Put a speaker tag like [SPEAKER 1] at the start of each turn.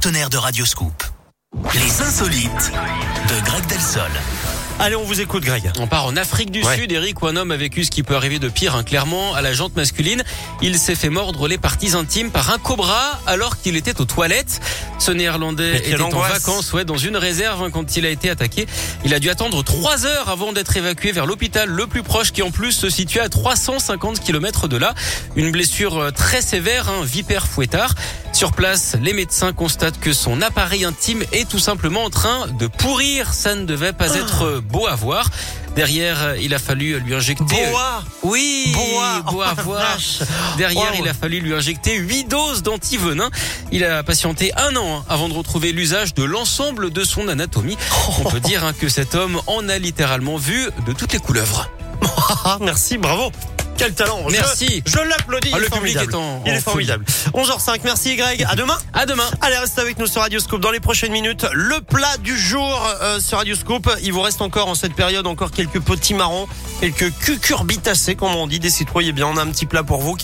[SPEAKER 1] partenaire de Radioscoop. Les insolites de Greg Delsol.
[SPEAKER 2] Allez, on vous écoute, Greg.
[SPEAKER 3] On part en Afrique du
[SPEAKER 2] Ouais.
[SPEAKER 3] Sud, Eric, où un homme a vécu ce qui peut arriver de pire, hein, clairement, à la jante masculine. Il s'est fait mordre les parties intimes par un cobra alors qu'il était aux toilettes. Ce néerlandais
[SPEAKER 2] Mais quelle
[SPEAKER 3] était en
[SPEAKER 2] angoisse.
[SPEAKER 3] vacances, ouais, dans une réserve hein, quand il a été attaqué. Il a dû attendre trois heures avant d'être évacué vers l'hôpital le plus proche qui en plus se situait à 350 km de là. Une blessure euh, très sévère, hein, vipère fouettard. Sur place, les médecins constatent que son appareil intime est tout simplement en train de pourrir. Ça ne devait pas être beau à voir. Derrière, euh, il a fallu lui injecter.
[SPEAKER 2] Boa,
[SPEAKER 3] Oui,
[SPEAKER 2] Boa.
[SPEAKER 3] beau à
[SPEAKER 2] Oh, la
[SPEAKER 3] voir.
[SPEAKER 2] vache.
[SPEAKER 3] Derrière,
[SPEAKER 2] Wow.
[SPEAKER 3] il a fallu lui injecter 8 doses d'antivenin. Il a patienté un an hein, avant de retrouver l'usage de l'ensemble de son anatomie.
[SPEAKER 2] Oh.
[SPEAKER 3] On peut dire hein, que cet homme en a littéralement vu de toutes les couleuvres.
[SPEAKER 2] Ah, merci, bravo. Quel talent. Je-
[SPEAKER 3] Merci.
[SPEAKER 2] Je, l'applaudis.
[SPEAKER 3] Ah,
[SPEAKER 2] il
[SPEAKER 3] le
[SPEAKER 2] est
[SPEAKER 3] public
[SPEAKER 2] formidable.
[SPEAKER 3] est en-
[SPEAKER 2] Il
[SPEAKER 3] en
[SPEAKER 2] est
[SPEAKER 3] folie.
[SPEAKER 2] formidable. 11h05. Merci, Greg. À demain.
[SPEAKER 3] À demain.
[SPEAKER 2] Allez, restez avec nous sur Radioscope. Dans les prochaines minutes, le plat du jour euh, sur Radioscope. Il vous reste encore en cette période encore quelques petits marrons, quelques cucurbitacées, comme on dit, des citrouilles. Eh bien, on a un petit plat pour vous. Qui...